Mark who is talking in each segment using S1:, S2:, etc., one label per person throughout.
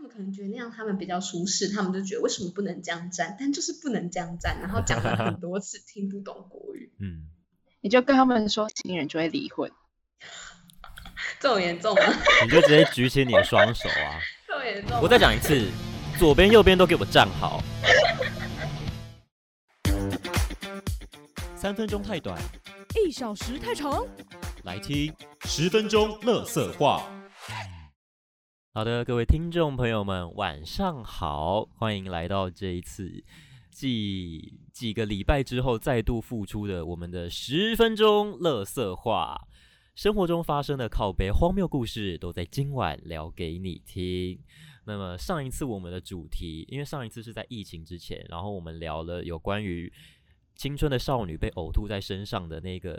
S1: 们可能觉得那样他们比较舒适，他们就觉得为什么不能这样站？但就是不能这样站，然后讲了很多次听不懂国语，
S2: 嗯，
S3: 你就跟他们说情人就会离婚，
S1: 这种严重吗？
S2: 你就直接举起你的双手啊！
S1: 这种严重吗？
S2: 我再讲一次，左边右边都给我站好。三分钟太短，
S4: 一小时太长。
S2: 来听。
S5: 十分钟乐色话。
S2: 好的，各位听众朋友们，晚上好，欢迎来到这一次继几个礼拜之后再度复出的我们的十分钟乐色话。生活中发生的靠背荒谬故事，都在今晚聊给你听。那么上一次我们的主题，因为上一次是在疫情之前，然后我们聊了有关于青春的少女被呕吐在身上的那个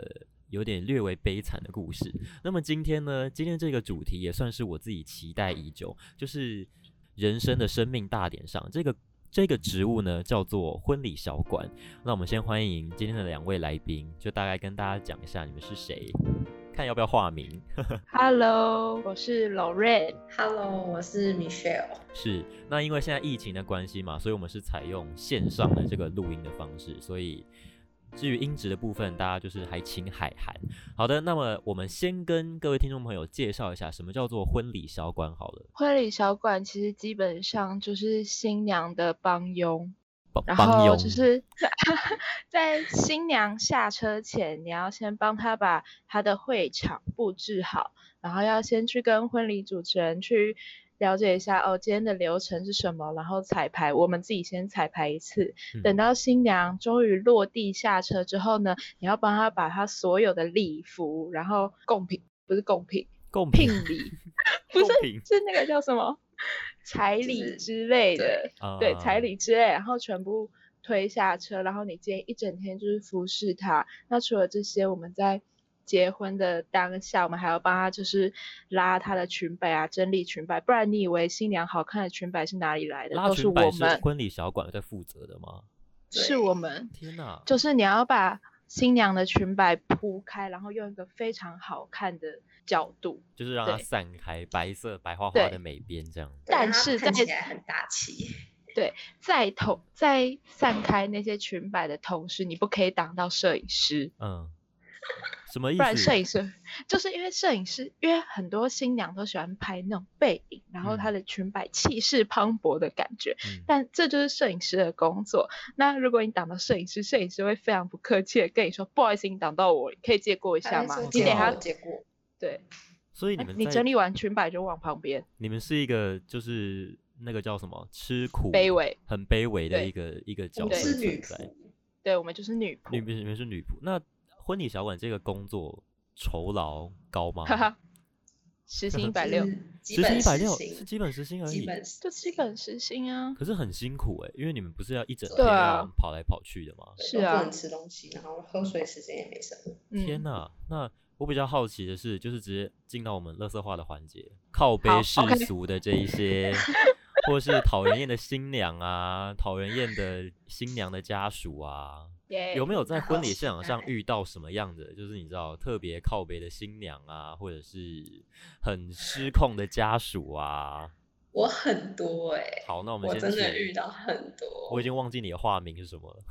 S2: 有点略微悲惨的故事。那么今天呢，今天这个主题也算是我自己期待已久，就是人生的生命大典上这个。这个职务呢叫做婚礼小馆。那我们先欢迎今天的两位来宾，就大概跟大家讲一下你们是谁，看要不要化名。
S3: Hello，我是 Lorraine。
S1: Hello，我是 Michelle。
S2: 是，那因为现在疫情的关系嘛，所以我们是采用线上的这个录音的方式，所以至于音质的部分，大家就是还请海涵。好的，那么我们先跟各位听众朋友介绍一下什么叫做婚礼小馆好了，
S3: 婚礼小馆其实基本上就是新娘的帮佣，
S2: 帮
S3: 然
S2: 帮
S3: 后
S2: 佣
S3: 就是 在新娘下车前，你要先帮她把她的会场布置好，然后要先去跟婚礼主持人去了解一下哦，今天的流程是什么，然后彩排，我们自己先彩排一次，等
S2: 嗯
S3: 到新娘终于落地下车之后呢，你要帮她把她所有的礼服，然后贡品不是贡品，
S2: 贡品
S3: 聘礼不是
S2: 贡品
S3: 是那个叫什么彩
S1: 是
S3: 礼之类的，
S2: 啊
S3: 对彩礼之类，然后全部推下车，然后你今天一整天就是服侍她。那除了这些，我们在结婚的当下，我们还要帮她就是拉她的裙摆啊，整理裙摆，不然你以为新娘好看的裙摆是哪里来的？
S2: 拉
S3: 都是
S2: 裙
S3: 我
S2: 摆是
S3: 们，
S2: 婚礼小馆在负责的吗？
S3: 是我们。
S2: 天哪，
S3: 就是你要把新娘的裙摆铺开，然后用一个非常好看的角度，
S2: 就是让它
S3: 对
S2: 散开，白色白花花的
S3: 对
S2: 美边这样。
S3: 但
S1: 对
S3: 是
S1: 他看
S3: 在
S1: 起来很大气，
S3: 在同在散开那些裙摆的同时，你不可以挡到摄影师，
S2: 嗯，什么意
S3: 不然摄
S2: 思？
S3: 影师就是因为摄影师，因为很多新娘都喜欢拍那种背影，然后她
S2: 嗯
S3: 的裙摆气势磅礴的感觉，
S2: 嗯
S3: 但这就是摄影师的工作。那如果你挡到摄影师，摄影师会非常不客气的跟你说：“不好意思，你挡到我，你可以借过一
S1: 他
S3: 下
S1: 会
S3: 吗
S1: 哎说？”
S3: 啊你
S1: 结
S3: 给他
S1: 果结果
S3: 对，
S2: 所以你
S3: 哎
S2: 们
S3: 你
S2: 在
S3: 整理完裙摆就往旁边。
S2: 你们是一个就是那个叫什么吃苦
S3: 卑微，
S2: 很卑微的
S3: 对
S2: 一个一个角
S1: 我
S2: 色
S1: 们是
S2: 存
S1: 女
S2: 在。
S1: 仆，
S3: 对我们就是女
S2: 女
S3: 仆，
S2: 不是你们是女仆，那婚礼小馆这个工作酬劳高吗？
S3: 哈哈，时薪一百六
S1: 就，是基
S2: 时薪
S1: 本
S2: 一百六
S1: 时薪
S2: 是基本时薪而
S1: 基
S2: 已，
S1: 本时
S3: 就基本时薪啊。
S2: 可是很辛苦哎、因为你们不是要一整
S1: 对
S2: 天
S3: 啊
S2: 要跑来跑去的吗？
S3: 是
S1: 都
S3: 啊
S1: 不能吃东西，然后喝水时间也没什么。
S2: 天
S3: 嗯，
S2: 哪，那我比较好奇的是，就是直接进到我们乐色化的环节，靠背
S3: 好
S2: 世
S3: ，OK
S2: 俗的这 一些，或是讨人厌的新娘啊，讨人厌的新娘的家属啊，
S3: 耶
S2: 有没有在
S1: 然
S2: 婚
S1: 后
S2: 礼
S1: 是
S2: 现场
S1: 在
S2: 上遇到什么样的，就是你知道特别靠北的新娘啊，或者是很失控的家属啊？
S1: 我很多哎、
S2: 好，那我们
S1: 我
S2: 先
S1: 真的
S2: 请
S1: 遇到很多。
S2: 我已经忘记你的化名是什么了。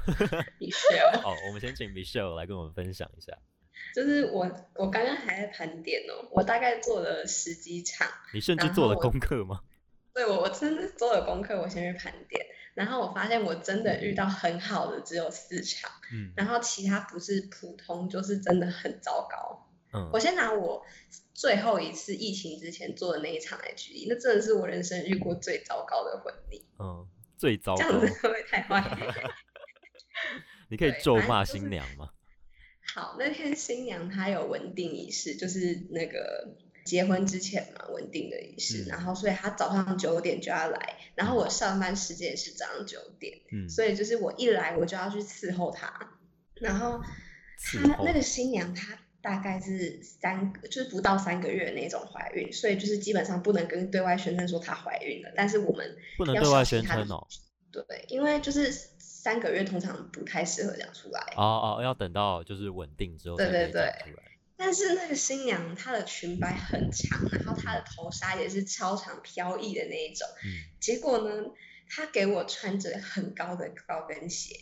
S1: 你 share，
S2: 哦，我们先请 Michelle 来跟我们分享一下。
S1: 就是我我刚刚还在盘点哦，我大概做了十几场，
S2: 你甚至
S1: 然
S2: 做
S1: 后
S2: 了
S1: 我
S2: 功课吗？
S1: 对我我真的做了功课，我先去盘点，然后我发现我真的遇到很好的只有四场，
S2: 嗯
S1: 然后其他不是普通就是真的很糟糕。
S2: 嗯
S1: 我，先拿我最后一次疫情之前做的那一场来举例，那真的是我人生遇过最糟糕的婚礼，
S2: 嗯，最糟
S1: 这
S2: 糕
S1: 样，子会不会太坏？
S2: 你可以
S1: 对
S2: 咒
S1: 反正
S2: 骂
S1: 就是
S2: 新娘吗？
S1: 好，那天新娘她有稳定仪式，就是那个结婚之前嘛，稳定的仪式。
S2: 嗯
S1: 然后，所以她早上九点就要来，然后我上班时间也是早上九点，
S2: 嗯，
S1: 所以就是我一来我就要去伺候她。然后
S2: 伺
S1: 她
S2: 候
S1: 那个新娘她大概是三个，就是不到三个月那种怀孕，所以就是基本上不能跟对外宣称说她怀孕了。但是我们
S2: 不能
S1: 要
S2: 对
S1: 小
S2: 外
S1: 心
S2: 宣
S1: 她的
S2: 称哦。
S1: 对，因为就是三个月通常不太适合讲出来。
S2: 哦哦，要等到就是稳定之后
S1: 对
S2: 才可
S1: 对
S2: 以讲
S1: 对
S2: 出来。
S1: 但是那个新娘她的裙摆很长，然后她的头纱也是超长飘逸的那一种。
S2: 嗯，
S1: 结果呢，她给我穿着很高的高跟鞋，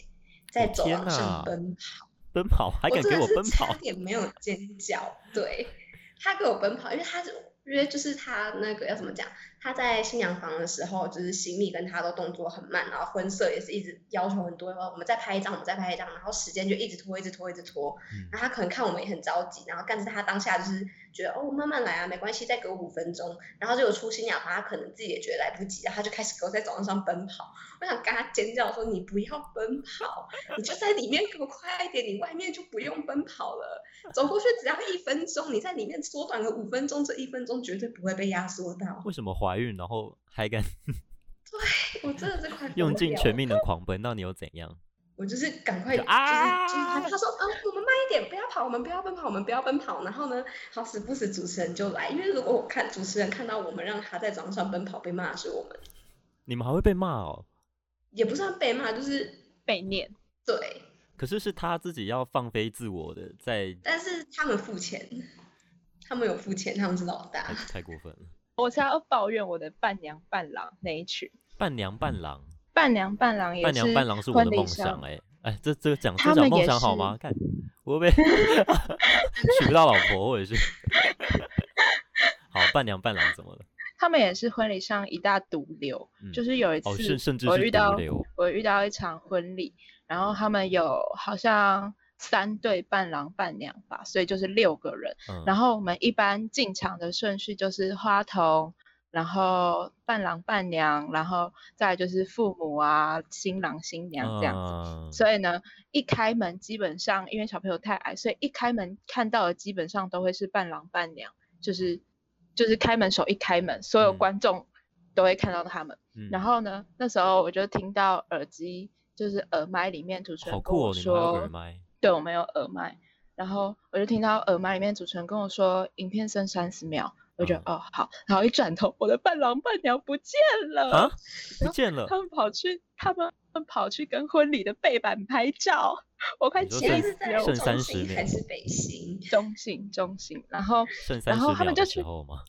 S1: 在走廊上奔跑，
S2: 奔跑还
S1: 我
S2: 敢给
S1: 真
S2: 我
S1: 的
S2: 奔
S1: 是差
S2: 跑，
S1: 点没有尖叫。对，她给我奔跑，因为她是因为就是她那个要怎么讲，她在新娘房的时候，就是行李跟她都动作很慢，然后婚摄也是一直要求很多，我们再拍一张，我们再拍一张，然后时间就一直拖，一直拖，一直拖。
S2: 嗯，
S1: 然后他可能看我们也很着急，然后但是他当下就是觉得哦慢慢来啊，没关系，再给我五分钟。然后就有出新娘房，他可能自己也觉得来不及，然后他就开始给我在走廊上奔跑。我想跟他尖叫说：“你不要奔跑，你就在里面给我快一点，你外面就不用奔跑了。走过去只要一分钟，你在里面缩短个五分钟，这一分钟绝对不会被压缩到。
S2: 为什么怀孕然后还敢
S1: 我真的是快疯
S2: 用尽
S1: 掉
S2: 全
S1: 了
S2: 力的狂奔？那你又怎样？
S1: 我就是赶快，
S2: 就
S1: 就是
S2: 啊
S1: 就是他他说，嗯，我们慢一点，不要跑，我们不要奔跑，我们不要奔跑。然后呢，好死不死主持人就来，因为如果我看主持人看到我们让他在床上奔跑被骂，是我们
S2: 你们还会被骂哦？
S1: 也不算被骂，就是
S3: 被念。
S1: 对，
S2: 可是是他自己要放飞自我的，在
S1: 但是他们付钱，他们有付钱，他们是老
S2: 太
S1: 大，
S2: 太过分了。
S3: 我才要抱怨我的伴娘伴郎那一群，
S2: 伴娘伴郎，
S3: 伴娘伴郎也是
S2: 伴娘伴郎是我
S3: 婚
S2: 的
S3: 礼
S2: 梦
S3: 上
S2: 想哎、哎，这这个讲这
S3: 他
S2: 讲
S3: 们
S2: 梦
S3: 也
S2: 想好
S3: 是
S2: 吗？看我 会被娶不到老婆，或者是好伴娘伴郎怎么了？
S3: 他们也是婚礼上一大毒瘤，
S2: 嗯
S3: 就是有一次、
S2: 哦，甚甚至
S3: 我
S2: 是
S3: 遇
S2: 毒
S3: 到
S2: 瘤，
S3: 我遇到一场婚礼，然后他们有好像三对伴郎伴娘吧，所以就是六个人。
S2: 嗯，
S3: 然后我们一般进场的顺序就是花童，然后伴郎伴娘，然后再来就是父母啊、新郎新娘这样子。
S2: 嗯
S3: 所以呢，一开门基本上因为小朋友太矮，所以一开门看到的基本上都会是伴郎伴娘，就是就是开门手一开门，所有
S2: 嗯
S3: 观众都会看到他们。
S2: 嗯
S3: 然后呢，那时候我就听到耳机就是耳麦里面主持
S2: 好
S3: 人跟
S2: 酷
S3: 我
S2: 哦，你们还有
S3: 说，
S2: 耳麦，
S3: 对我们有耳麦，然后我就听到耳麦里面主持人跟我说，影片剩三十秒。我
S2: 嗯
S3: 就觉得、哦好，然后一转头，我的伴郎伴娘不见了，
S2: 啊不见了
S3: 他，们跑去，他们跑去跟婚礼的背板拍照，我快
S2: 你说
S3: 气
S1: 现在
S2: 剩
S1: 是
S3: 死
S1: 在
S3: 了。
S2: 剩
S3: 我
S1: 中
S2: 30
S1: 心
S2: 秒
S1: 还是北心？
S3: 中性中性，然后
S2: 剩三
S3: 然
S2: 十
S3: 后他
S2: 秒
S3: 们就
S2: 的时
S3: 去
S2: 候吗？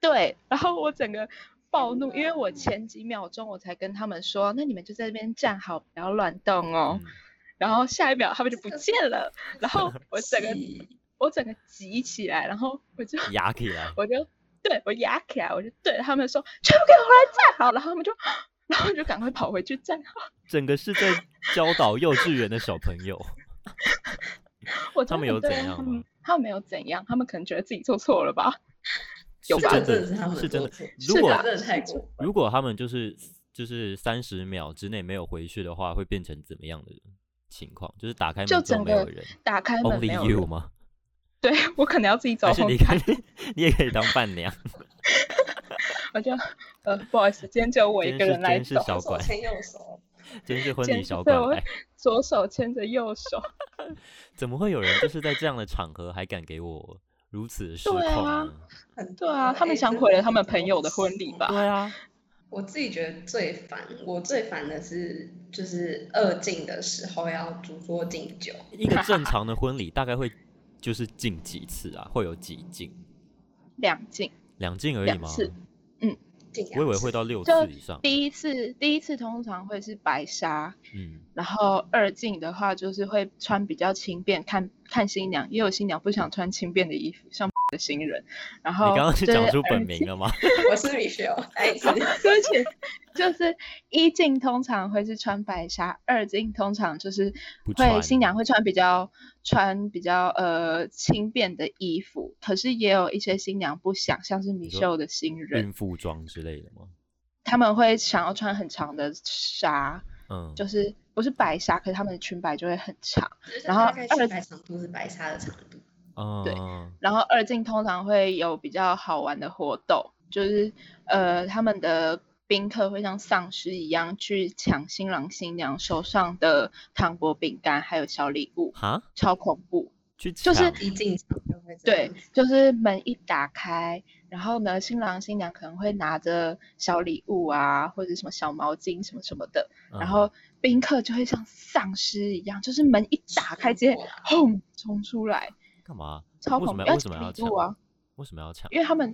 S3: 对，然后我整个暴怒，因为我前几秒钟我才跟他们说，那你们就在这边站好，不要乱动哦。
S2: 嗯
S3: 然后下一秒他们就不
S1: 这个
S3: 见了，然后我整个
S1: 气
S3: 我整个急起来，然后我就
S2: 嗯压起来，
S3: 我就对我压起来，我就对他们说，全部给我回来站好，然后他们就然后我就赶快跑回去站好。
S2: 整个是在教导幼稚园的小朋友。
S3: 我
S2: 他
S3: 真
S2: 们
S3: 的
S2: 有
S3: 对
S2: 怎样
S3: 他
S2: 吗
S3: 们他们没有怎样，他们可能觉得自己做错了吧。
S2: 是
S3: 有吧
S2: 真
S1: 这真的是他
S2: 的，
S1: 们
S2: 是真
S1: 做
S2: 的
S1: 错。
S2: 如
S3: 是
S2: 果
S3: 的
S1: 真的太过分。
S2: 如果他们就是就是三十秒之内没有回去的话，会变成怎么样的情况？就是打开
S3: 就
S2: 门之后
S3: 整
S2: 没有
S3: 个
S2: 人
S3: 打开门没有
S2: 哦，Only you
S3: 人
S2: 吗？
S3: 对我可能要自己走
S2: 还是
S3: 后
S2: 你
S3: 台，
S2: 可以 你也可以当伴娘？
S3: 我就呃不好意思，今天只有我
S2: 今
S3: 一
S2: 天是
S3: 个人来
S2: 今天是
S3: 走，
S2: 小
S1: 手
S2: 管
S1: 牵右手，
S2: 真是婚
S3: 简
S2: 礼
S3: 直
S2: 小
S3: 对
S2: 管
S3: 我
S2: 哎，
S3: 左手牵着右手，
S2: 怎么会有人就是在这样的场合还敢给我如此的失控
S3: 对啊
S2: 呢？
S1: 很
S3: 对啊，
S1: 多
S3: 他们
S1: 哎
S3: 想
S1: 真
S3: 毁
S1: 的
S3: 了他
S1: 很
S3: 们
S1: 多
S3: 朋友的婚礼吧？
S2: 对啊，
S1: 我自己觉得最烦，我最烦的是就是二进的时候要主桌敬酒，
S2: 一个正常的婚礼大概会就是敬几次啊？会有几敬？
S3: 两进，
S2: 两敬而已
S3: 两
S2: 吗？
S3: 次
S1: 敬
S2: 我以
S1: 两
S2: 为
S1: 次
S2: 会到六
S3: 就
S2: 次以上。
S3: 第一次第一次通常会是白纱，
S2: 嗯，
S3: 然后二进的话就是会穿比较轻便，看看新娘，也有新娘不想穿轻便的衣服，像的新人，然后
S2: 你刚刚是
S3: 就
S2: 讲出
S3: 二
S2: 本
S3: 进
S2: 名了吗？
S1: 我哎是 Michelle，再 一次
S3: 对不起，就是一进通常会是穿白纱，二进通常就是
S2: 不
S3: 会
S2: 穿
S3: 新娘会穿比较穿比较呃轻便的衣服，可是也有一些新娘不想，像是米
S2: 说
S3: 秀的新人，
S2: 孕妇装之类的吗？
S3: 他们会想要穿很长的纱，
S2: 嗯，
S3: 就是不是白纱，可是他们的裙摆就会很长。然
S1: 大
S3: 后
S1: 概
S3: 二
S1: 裙摆长度是白纱的长度，
S2: 嗯，
S3: 对
S2: 嗯
S3: 然后二进通常会有比较好玩的活动，就是呃他们的宾客会像丧尸一样去抢新郎新娘手上的糖果、饼干还有小礼物，
S2: 哈，
S3: 超恐怖。
S2: 去
S3: 就是
S2: 抢
S1: 一进场就会这
S3: 对
S1: 样，
S3: 就是门一打开，然后呢新郎新娘可能会拿着小礼物啊或者什么小毛巾什么什么的，然
S2: 嗯
S3: 后宾客就会像丧尸一样，就是门一打开直接
S1: 冲过来
S3: 轰冲出来，
S2: 干嘛？
S3: 超
S2: 为什
S3: 恐
S2: 么
S3: 怖，
S2: 要为什么要
S3: 抢礼
S2: 抢
S3: 物啊！
S2: 为什么要抢？
S3: 因为他们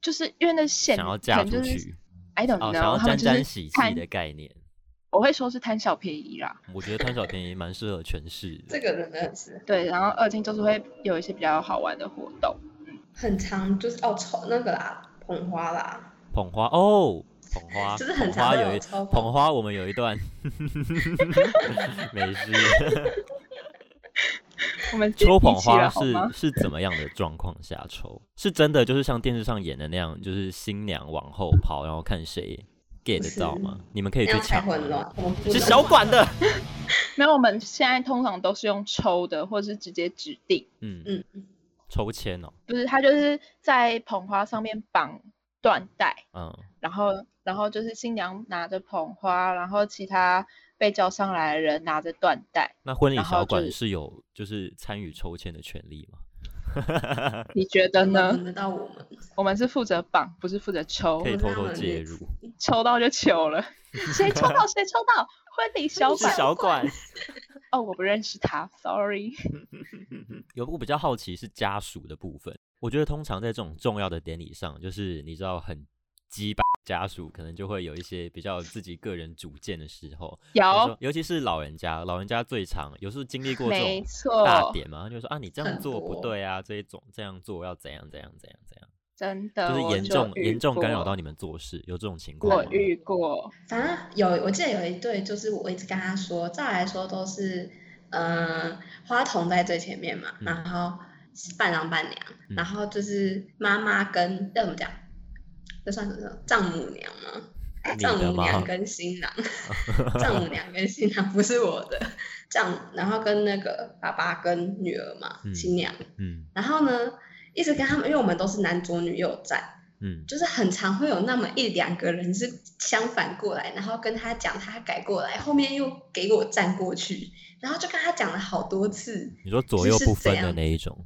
S3: 就是因为那线
S2: 想要
S3: 可
S2: 嫁
S3: 能
S2: 出
S3: 就是
S2: 去
S3: I don't
S2: 哦，
S3: know，
S2: 想要
S3: 他
S2: 沾
S3: 们就
S2: 沾
S3: 是
S2: 喜气
S3: 贪
S2: 的概念。
S3: 我会说是贪小便宜啦。
S2: 我觉得贪小便宜蛮适合全市的。
S1: 这个真的是
S3: 对，然后二进就是会有一些比较好玩的活动，
S1: 很常就是哦抽那个啦，捧花啦，
S2: 捧花哦，捧 花，
S1: 就是很
S2: 捧花
S1: 常
S2: 有
S1: 有
S2: 一
S1: 抽捧
S2: 捧花，我们有一段没事。
S3: 我们
S2: 抽捧花
S3: 了好
S2: 是
S3: 吗？
S2: 是怎么样的状况下抽？是真的就是像电视上演的那样，就是新娘往后跑，然后看谁 get 得到吗？你们可以
S1: 那
S2: 去
S1: 样太
S2: 抢
S1: 混
S2: 吗。
S1: 乱，我们不
S2: 是
S1: 能
S2: 小管的，
S3: 没有，我们现在通常都是用抽的，或者是直接指定，
S2: 嗯
S1: 嗯，
S2: 抽签哦，
S3: 不是他就是在捧花上面绑缎带，
S2: 嗯，
S3: 然后然后就是新娘拿着捧花，然后其他被叫上来的人拿着缎带。
S2: 那婚礼
S3: 然后
S2: 小管
S3: 就是
S2: 有就是参与抽签的权利吗？
S3: 你觉得呢？
S1: 轮得到我们，
S3: 我们是负责绑，不是负责抽
S2: 可，以
S1: 我
S2: 偷
S1: 让
S2: 偷
S1: 人
S2: 介
S1: 也
S2: 入，
S3: 抽到就糗了，谁抽到谁抽到，婚礼小
S2: 是
S3: 板
S2: 小管。
S3: 哦，我不认识他，sorry。
S2: 有我比较好奇是家属的部分，我觉得通常在这种重要的典礼上，就是你知道很鸡巴家属可能就会有一些比较自己个人主见的时候，比如
S3: 有
S2: 说，尤其是老人家，老人家最常有时候经历过这
S3: 没
S2: 种
S3: 错，
S2: 大典嘛，他就说啊你这样
S1: 很
S2: 做不
S1: 多
S2: 对啊，这一种这样做要怎样怎样怎样怎样，
S3: 真的
S2: 就是
S3: 我
S2: 严重
S3: 遇
S2: 严重干扰
S3: 过
S2: 到你们做事，有这种情况
S3: 我
S2: 吗？
S3: 遇过，
S1: 反正有，我记得有一对，就是我一直跟他说，照来说都是，呃，花童在最前面嘛，
S2: 嗯
S1: 然后伴郎伴娘，
S2: 嗯
S1: 然后就是妈妈跟要怎么讲，这算什么？丈母娘吗？
S2: 你
S1: 丈
S2: 的
S1: 母
S2: 吗
S1: 娘？跟新 郎，丈母娘跟新郎不是我的丈，然后跟那个爸爸跟女儿嘛，
S2: 嗯
S1: 新娘，
S2: 嗯
S1: 然后呢，一直跟他们，因为我们都是男左女右站，
S2: 嗯，
S1: 就是很常会有那么一两个人是相反过来，然后跟他讲他改过来，后面又给我站过去，然后就跟他讲了好多次，
S2: 你说左
S1: 是
S2: 右
S1: 是
S2: 不
S1: 怎
S2: 分的
S1: 样
S2: 那一种，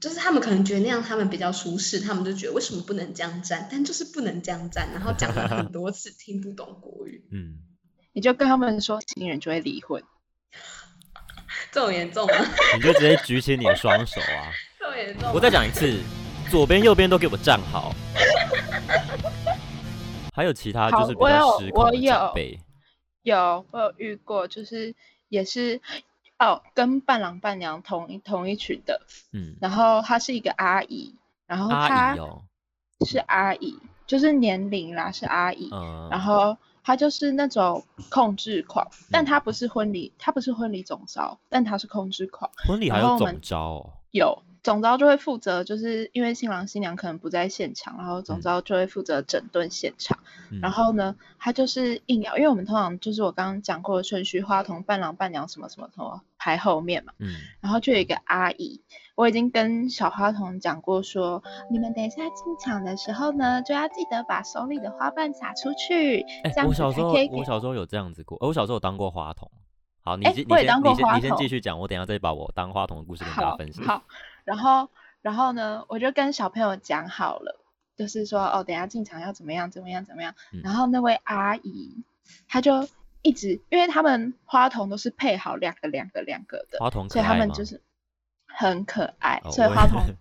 S1: 就是他们可能觉得那样他们比较舒适，他们就觉得为什么不能这样站，但就是不能这样站，然后讲了很多次听不懂国语，
S2: 嗯，
S3: 你就跟他们说新人就会离婚，
S1: 这么严重吗？
S2: 你就直接举起你的双手啊。
S1: 这么严重吗？
S2: 我再讲一次，左边右边都给我站好。还有其他就
S3: 好
S2: 是比
S3: 我
S2: 较
S3: 有
S2: 失控
S3: 我
S2: 的
S3: 有
S2: 长辈，
S3: 有我有遇过，就是也是哦，跟伴郎伴娘同一同一群的，
S2: 嗯，
S3: 然后她是一个阿姨，然后
S2: 阿
S3: 她
S2: 姨哦，
S3: 是阿姨，就是年龄啦是阿姨，
S2: 嗯，
S3: 然后她就是那种控制狂，但
S2: 嗯
S3: 她不是婚礼，她不是婚礼总招，但她是控制狂。
S2: 婚礼还
S3: 然
S2: 有
S3: 后我
S2: 总
S3: 们
S2: 招哦，
S3: 有总招就会负责，就是因为新郎新娘可能不在现场，然后
S2: 嗯
S3: 总招就会负责整顿现场。
S2: 嗯
S3: 然后呢，他就是硬要，因为我们通常就是我刚刚讲过的顺序，花童、伴郎、伴娘什么什么什么排后面嘛。
S2: 嗯，
S3: 然后就有一个阿姨，我已经跟小花童讲过说，你们等一下进场的时候呢，就要记得把手里的花瓣撒出去，
S2: 哎
S3: 这，样
S2: 我
S3: 子
S2: 小
S3: 才
S2: 时候
S3: 可以给
S2: 我小时候有这样子过，呃我小时候有当过花童。好，你
S3: 哎
S2: 先你
S3: 我也
S2: 先
S3: 当过
S2: 你先
S3: 花
S2: 你先继
S3: 童
S2: 续讲，我等一下再把我当花童的故事跟大家
S3: 好
S2: 分享。
S3: 好，然后然后呢，我就跟小朋友讲好了，就是说哦，等一下进场要怎么样怎么样怎么样。
S2: 嗯
S3: 然后那位阿姨，她就一直，因为他们花童都是配好两个两个两个的，
S2: 花童可
S3: 所以他
S2: 爱
S3: 们
S2: 吗？
S3: 就是很可爱，
S2: 哦
S3: 所以
S2: 我
S3: 花
S2: 也
S3: 童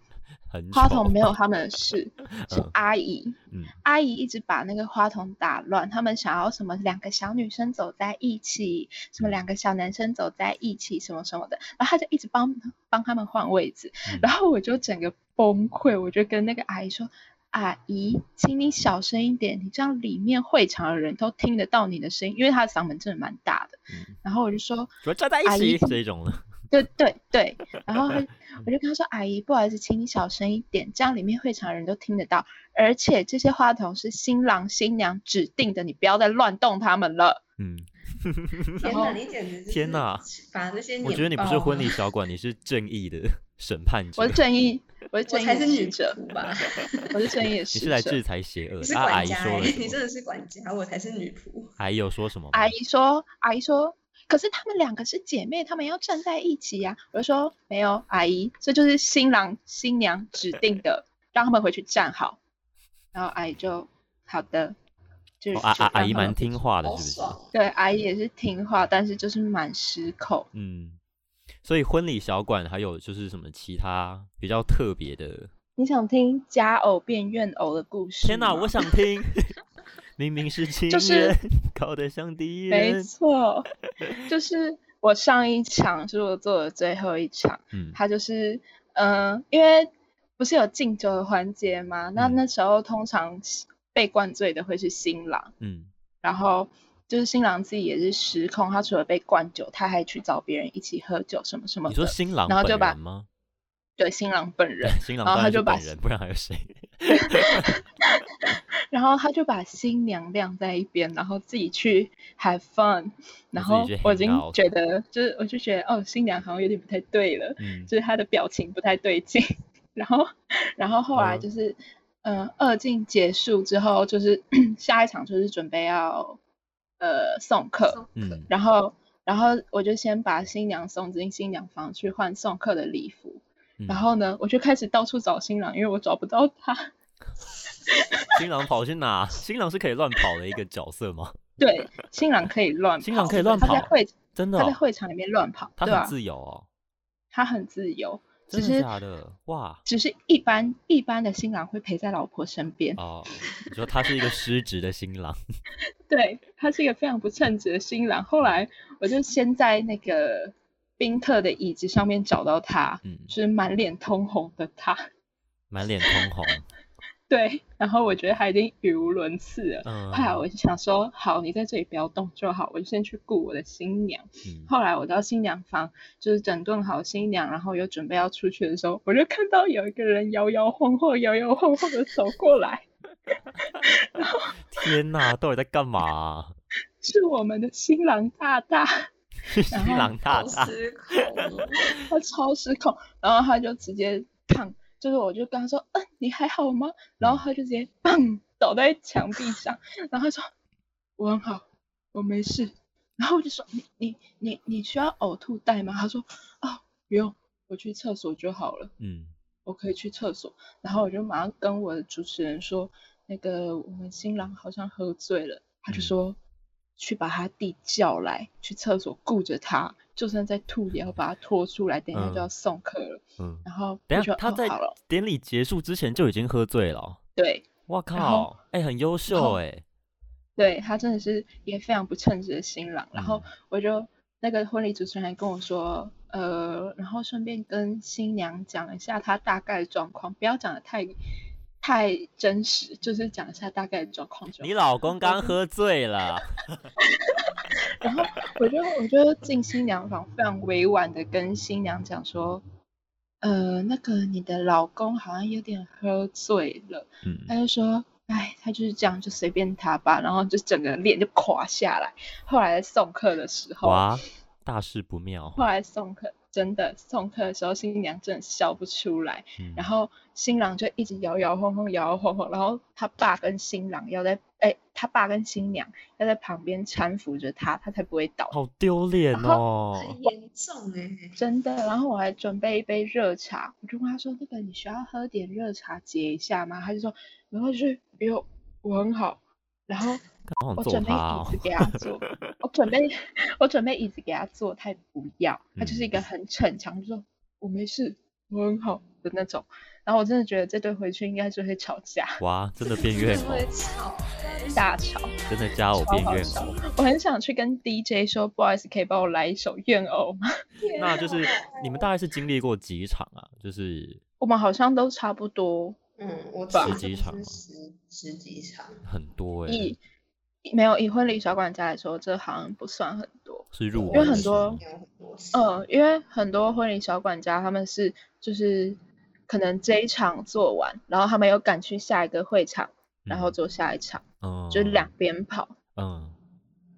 S2: 很
S3: 花
S2: 丑
S3: 童没有他们的事，是
S2: 嗯
S3: 阿姨。
S2: 嗯
S3: 阿姨一直把那个花童打乱，他们想要什么两个小女生走在一起，什么两个小男生走在一起，什么什么的，然后她就一直帮帮他们换位置，
S2: 嗯
S3: 然后我就整个崩溃，我就跟那个阿姨说。阿姨，请你小声一点，你这样里面会场的人都听得到你的声音，因为她的嗓门真的蛮大的。
S2: 嗯
S3: 然后我就说，
S2: 怎么站在一
S3: 阿姨
S2: 起这一种 呢？
S3: 对对对，然后他我就跟他说：“阿姨，不好意思，请你小声一点，这样里面会场的人都听得到。而且这些话筒是新郎新娘指定的，你不要再乱动他们了。
S2: 嗯，
S1: 天
S3: 然
S1: 哪，
S3: 后
S1: 你简直就是
S2: 天哪
S1: 把那些
S2: 我觉得你不
S1: 碾
S2: 是
S1: 爆
S2: 婚
S1: 了
S2: 礼，小管，你是正义的审判者。
S3: 我是正义，我
S1: 我
S3: 是正义
S1: 才是
S3: 的
S1: 女仆
S3: 使者，
S1: 吧？
S3: 我是正义的
S2: 你
S3: 使
S2: 是来
S3: 者。
S2: 制裁邪恶
S1: 你
S2: 的。
S1: 是
S2: 啊阿
S1: 管
S2: 姨
S1: 家
S2: 说了
S1: 欸，你
S2: 什
S1: 真
S2: 么？
S1: 的是管家，我才是女仆。
S2: 阿姨有说什么吗？
S3: 阿姨说：“阿姨说，可是她们两个是姐妹，她们要站在一起呀、我就说：“没有，阿姨，这就是新郎新娘指定的，让他们回去站好。”然后阿姨就好的，就是、
S2: 哦阿
S3: 就
S2: 阿阿
S3: 让
S2: 姨
S3: 他们
S2: 蛮
S3: 回去
S2: 听话的，
S1: 好
S2: 是不是？
S1: 爽！
S3: 对，阿姨也是听话，但是就是蛮失控。
S2: 嗯，所以婚礼小馆还有就是什么其他比较特别的？
S3: 你想听佳偶变怨偶的故事吗？
S2: 天哪，我想 听！明明是情人，
S3: 就是
S2: 搞得像敌
S3: 没
S2: 人。
S3: 错，就是我上一场是我做的最后一场。
S2: 嗯，
S3: 他就是，嗯、因为不是有敬酒的环节吗？那
S2: 嗯
S3: 那时候通常新被灌醉的会是新郎，
S2: 嗯，
S3: 然后就是新郎自己也是失控，他除了被灌酒，他还去找别人一起喝酒什么什么
S2: 你说
S3: 的
S2: 新郎
S3: 然后
S2: 本
S3: 就把
S2: 人吗？
S3: 对，新郎本人，
S2: 新郎
S3: 然
S2: 当
S3: 后他
S2: 然是
S3: 就把
S2: 本人，不然还有谁？
S3: 然后他就把新娘晾在一边，然后自己去 have fun，然后
S2: 自己去
S3: 我已经
S2: hang out
S3: 觉得，就是我就觉得，哦，新娘好像有点不太对了。
S2: 嗯
S3: 就是他的表情不太对劲。 然后，然后后来
S2: 嗯
S3: 就是，嗯、呃，二进结束之后，就是 下一场就是准备要呃送
S1: 哦
S3: 客，
S2: 嗯
S3: 然后，然后我就先把新娘送进新娘房去换送客的礼服，
S2: 嗯，
S3: 然后呢，我就开始到处找新郎，因为我找不到他。
S2: 新郎跑去哪？新郎是可以乱跑的一个角色吗？
S3: 对，新郎可以乱跑，
S2: 新郎可以乱
S3: 他在
S2: 跑
S3: 会
S2: 真的
S3: 他
S2: 哦、
S3: 在会场里面乱跑，
S2: 他
S3: 对吧、
S2: 很自由哦，
S3: 他很自由，只
S2: 真的
S3: 是
S2: 假的？ 哇
S3: 只是一般一般的新郎会陪在老婆身边，
S2: 哦，你说他是一个失职的新郎，
S3: 对他是一个非常不称职的新郎。后来我就先在那个宾客的椅子上面找到他，
S2: 嗯，
S3: 就是满脸通红的他。
S2: 满脸通红，
S3: 对，然后我觉得他已经语无伦次了。
S2: 嗯，
S3: 后来哎我就想说，好，你在这里不要动就好，我就先去顾我的新娘。
S2: 嗯
S3: 后来我到新娘房，就是整顿好新娘，然后又准备要出去的时候，我就看到有一个人摇摇晃晃、摇摇晃晃的走过来，
S2: 天哪，到底在干嘛 啊、
S3: 是我们的新郎大大。
S2: 新郎大
S1: 好
S2: 大，
S1: 失控哦。
S3: 他超失控，然后他就直接砰，就是我就跟他说，嗯，你还好吗？然后他就直接砰倒在墙壁上，然后他说我很好，我没事。然后我就说你你你你需要呕吐袋吗？他说哦不用，我去厕所就好了，
S2: 嗯
S3: 我可以去厕所。然后我就马上跟我的主持人说，那个我们新郎好像喝醉了，他就
S2: 嗯
S3: 说。去把他弟叫来，去厕所顾着他，就算在吐也要把他拖出来，等一下就要
S2: 嗯
S3: 送客了。
S2: 嗯，
S3: 然后
S2: 等
S3: 我
S2: 一下
S3: 就
S2: 他
S3: 哦
S2: 在
S3: 好了，
S2: 典礼结束之前就已经喝醉了哦、
S3: 对
S2: 哇
S3: 然后
S2: 靠，哎、很优秀
S3: 后
S2: 哎、
S3: 对，他真的是一个非常不称职的新郎。然
S2: 嗯
S3: 后我就那个婚礼主持人还跟我说，呃，然后顺便跟新娘讲一下她大概的状况，不要讲的太太真实，就是讲一下大概的状况就好。
S2: 你老公刚喝醉了，
S3: 然后我就我就进新娘房，非常委婉的跟新娘讲说，呃，那个你的老公好像有点喝醉了。
S2: 嗯
S3: 他就说，哎，他就是这样，就随便他吧。然后就整个脸就垮下来。后来送客的时候，
S2: 哇，大事不妙，
S3: 后来送客真的送客的时候，新娘真的笑不出来。
S2: 嗯
S3: 然后新郎就一直摇摇晃晃，摇摇晃晃。然后他爸跟新郎要在，哎，他爸跟新娘要在旁边搀扶着他，他才不会倒。
S2: 好丢脸
S3: 然
S2: 哦，
S1: 很严重哎、
S3: 真的，然后我还准备一杯热茶，我就问他说：“那个你需要喝点热茶解一下吗？”他就说：“没关系，不用，我很好。”然后
S2: 干好想
S3: 我
S2: 揍
S3: 准备
S2: 他
S3: 椅
S2: 哦
S3: 子，给他坐， 我准备我准备椅子给他坐，他也不要，他就是一
S2: 嗯
S3: 个很逞强，就说我没事，我很好的那种。然后我真的觉得这对回去应该是会吵架，
S2: 哇，真的变怨
S1: 真的
S2: 偶，
S1: 会吵哎、
S3: 大吵，
S2: 真的加我
S3: 超
S2: 变
S3: 好
S2: 怨
S3: 笑
S2: 偶，。
S3: 我很想去跟 DJ 说，不好意思，可以帮我来一首《怨偶》吗？
S2: 那就是你们大概是经历过几场啊？就是
S3: 我们好像都差不多，
S1: 嗯，我
S3: 吧
S1: 记得
S2: 十几
S1: 是
S2: 场吗
S1: 十十几场，
S2: 很多哎、
S3: 以没有以婚礼小管家来说，这好像不算很多。
S2: 是入
S1: 因
S3: 为
S2: 围
S3: 很
S2: 的
S3: 多
S1: 有很多次。
S3: 嗯，因为很多婚礼小管家他们是就是可能这一场做完，然后他们又赶去下一个会场，然后
S2: 嗯
S3: 做下一场，
S2: 嗯，
S3: 就是两边跑，
S2: 嗯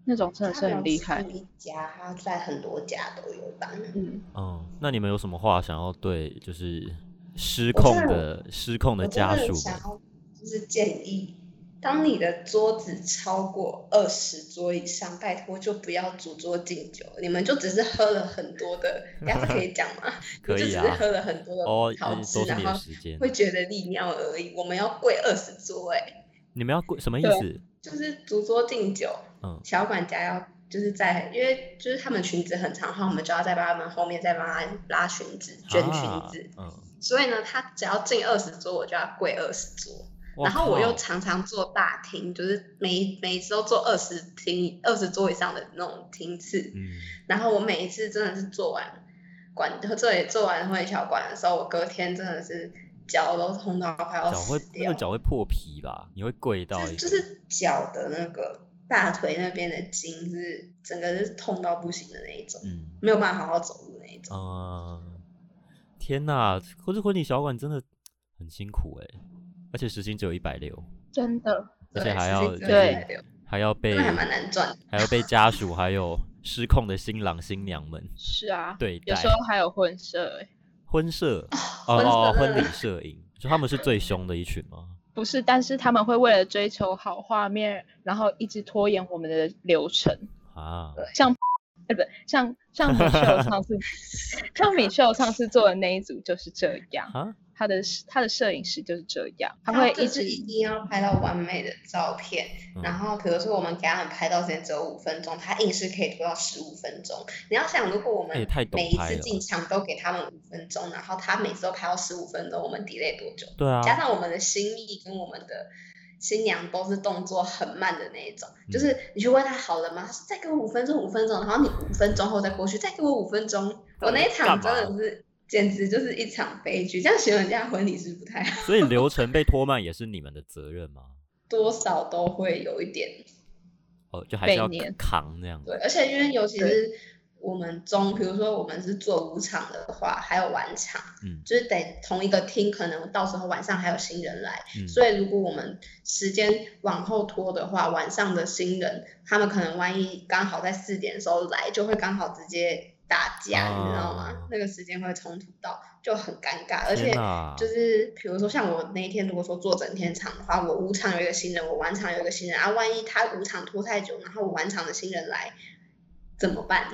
S3: 那种真的
S1: 他
S3: 是
S1: 没有
S3: 很厉
S1: 只
S3: 害
S1: 有。一家，他在很多家都有办。
S3: 嗯，
S2: 嗯，那你们有什么话想要对就是失
S1: 我
S2: 控
S1: 真的
S2: 的失控
S1: 我
S2: 的
S1: 真
S2: 家属
S1: 的想
S2: 们？
S1: 要就是建议，当你的桌子超过二十桌以上，拜托就不要主桌敬酒，你们就只是喝了很多 的，等下这可以讲吗？
S2: 可
S1: 你
S2: 以
S1: 就
S2: 啊
S1: 只是喝了很多的
S2: 哦，
S1: 好
S2: 嗯
S1: 吃，
S2: 都是
S1: 然
S2: 你的
S1: 后
S2: 时间，
S1: 会觉得利尿而已。我们要跪二十桌、欸，哎，
S2: 你们要跪什么意
S3: 对
S2: 思？
S1: 就是主桌敬酒，
S2: 嗯
S1: 小管家要就是在因为就是他们裙子很长的话，我们就要再帮他们后面再帮他拉裙子、卷裙
S2: 啊
S1: 子，
S2: 嗯，
S1: 所以呢，他只要进二十桌，我就要跪二十桌。
S2: 哇
S1: 然后我又
S2: 靠
S1: 常常做大厅，就是每每一次都做二十厅、二十桌以上的那种厅次。
S2: 嗯，
S1: 然后我每一次真的是做完管这里做完婚礼小馆的时候，我隔天真的是脚都痛到快要
S2: 脚会
S1: 死
S2: 那
S1: 掉
S2: 个，脚会破皮吧？你会跪到
S1: 哦就
S2: 一个，
S1: 就是脚的那个大腿那边的筋是整个是痛到不行的那一种，
S2: 嗯
S1: 没有办法好好走路那一种。
S2: 嗯，天哪，可是婚礼小馆真的很辛苦哎、而且时薪只有一百六，
S3: 真的，
S1: 对，
S2: 而且还要
S1: 是
S2: 就
S1: 这
S2: 是
S1: 样子
S2: 还要被
S1: 真的还蛮难赚的。
S2: 还要被家属还有失控的新郎新娘们
S3: 是啊，
S2: 对待
S3: 有时候还有婚摄、欸，
S2: 婚摄哦哦
S1: 啊婚摄
S2: 婚礼摄影，就他们是最凶的一群吗？
S3: 不是，但是他们会为了追求好画面，然后一直拖延我们的流程。
S2: 啊，
S3: 像，呃，不，像像米秀 上次，像米秀上次做的那一组就是这样，
S2: 啊，
S3: 他的他的摄影师就是这样，他会一
S1: 就
S3: 直
S1: 是一定要拍到完美的照片，
S2: 嗯
S1: 然后比如说我们给他们拍到时间只有五分钟，他硬是可以拖到十五分钟。你要想，如果我
S2: 那也
S1: 们
S2: 太懂
S1: 每一
S2: 拍
S1: 次
S2: 了
S1: 进场都给他们五分钟，然后他每次都拍到十五分钟，我们 delay 多久？
S2: 对啊，
S1: 加上我们的心意跟我们的新娘都是动作很慢的那一种，
S2: 嗯
S1: 就是你去问他好了吗？他说再给我五分钟，五分钟，然后你五分钟后再过去，再给我五分钟。
S2: 到底
S1: 我那一场
S2: 干
S1: 真
S2: 嘛
S1: 的是。简直就是一场悲剧，这样形容人家婚礼是不太好。
S2: 所以流程被拖慢也是你们的责任吗？
S1: 多少都会有一点
S2: 哦，就还是
S3: 被
S2: 要
S3: 念
S2: 扛那样
S1: 对，而且因为尤其是我们中，比如说我们是做五场的话，还有晚场，
S2: 嗯
S1: 就是得同一个厅，可能到时候晚上还有新人来，
S2: 嗯，
S1: 所以如果我们时间往后拖的话，晚上的新人他们可能万一刚好在四点的时候来，就会刚好直接打架，你知道
S2: 啊
S1: 吗？那个时间会冲突到，就很尴尬，而
S2: 天
S1: 且
S2: 哪
S1: 就是比如说像我那一天如果说做整天场的话，我五场有一个新人，我晚场有一个新人啊，万一他五场拖太久，然后我晚场的新人来怎么办？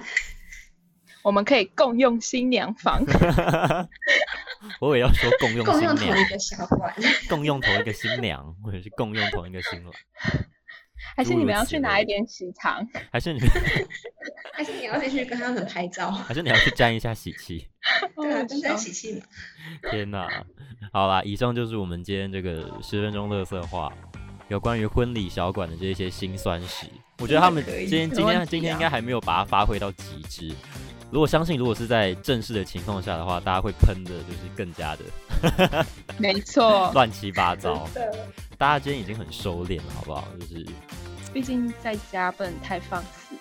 S3: 我们可以共用新娘房，
S2: 我也要说共用
S1: 共
S2: 新
S1: 用同
S2: 娘，
S1: 一个小馆，
S2: 共用同一个新娘，或者是共用同一个新郎，
S3: 还是
S2: 诸
S3: 你
S2: 如
S3: 们要
S2: 此
S3: 去哪
S2: 类
S3: 一点喜糖？
S2: 还是你
S1: 还是你要进去跟他们拍照？
S2: 还是你要去沾一下喜气？
S1: 对 啊，
S3: 哦
S1: 就是在一起气嘛。
S2: 天哪！好啦，以上就是我们今天这个十分钟乐色话，有关于婚礼小馆的这些辛酸史。我觉得他们
S1: 真的可以
S2: 今天
S3: 没
S2: 今
S3: 问
S2: 天
S3: 题
S2: 今天
S3: 啊
S2: 应该还没有把它发挥到极致。如果相信，如果是在正式的情况下的话，大家会喷的就是更加的
S3: 没错，
S2: 乱七八糟。
S1: 哦真的
S2: 大家今天已经很收敛了，好不好？就是
S3: 毕竟在家不能太放肆。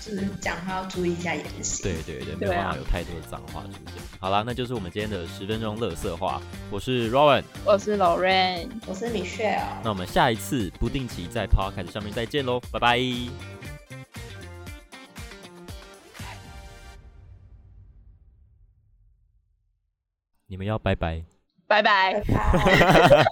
S1: 就是讲话要注意一下言行。
S2: 对对对，没
S3: 对
S2: 有
S3: 啊
S2: 办法有太多的脏话出现。好啦，那就是我们今天的十分钟乐色话。我是 Rowan，
S3: 我是 Lorraine，
S1: 我是 Michelle。
S2: 那我们下一次不定期在 Podcast 上面再见喽，拜拜。你们要拜拜。
S3: 拜拜
S1: 拜。拜。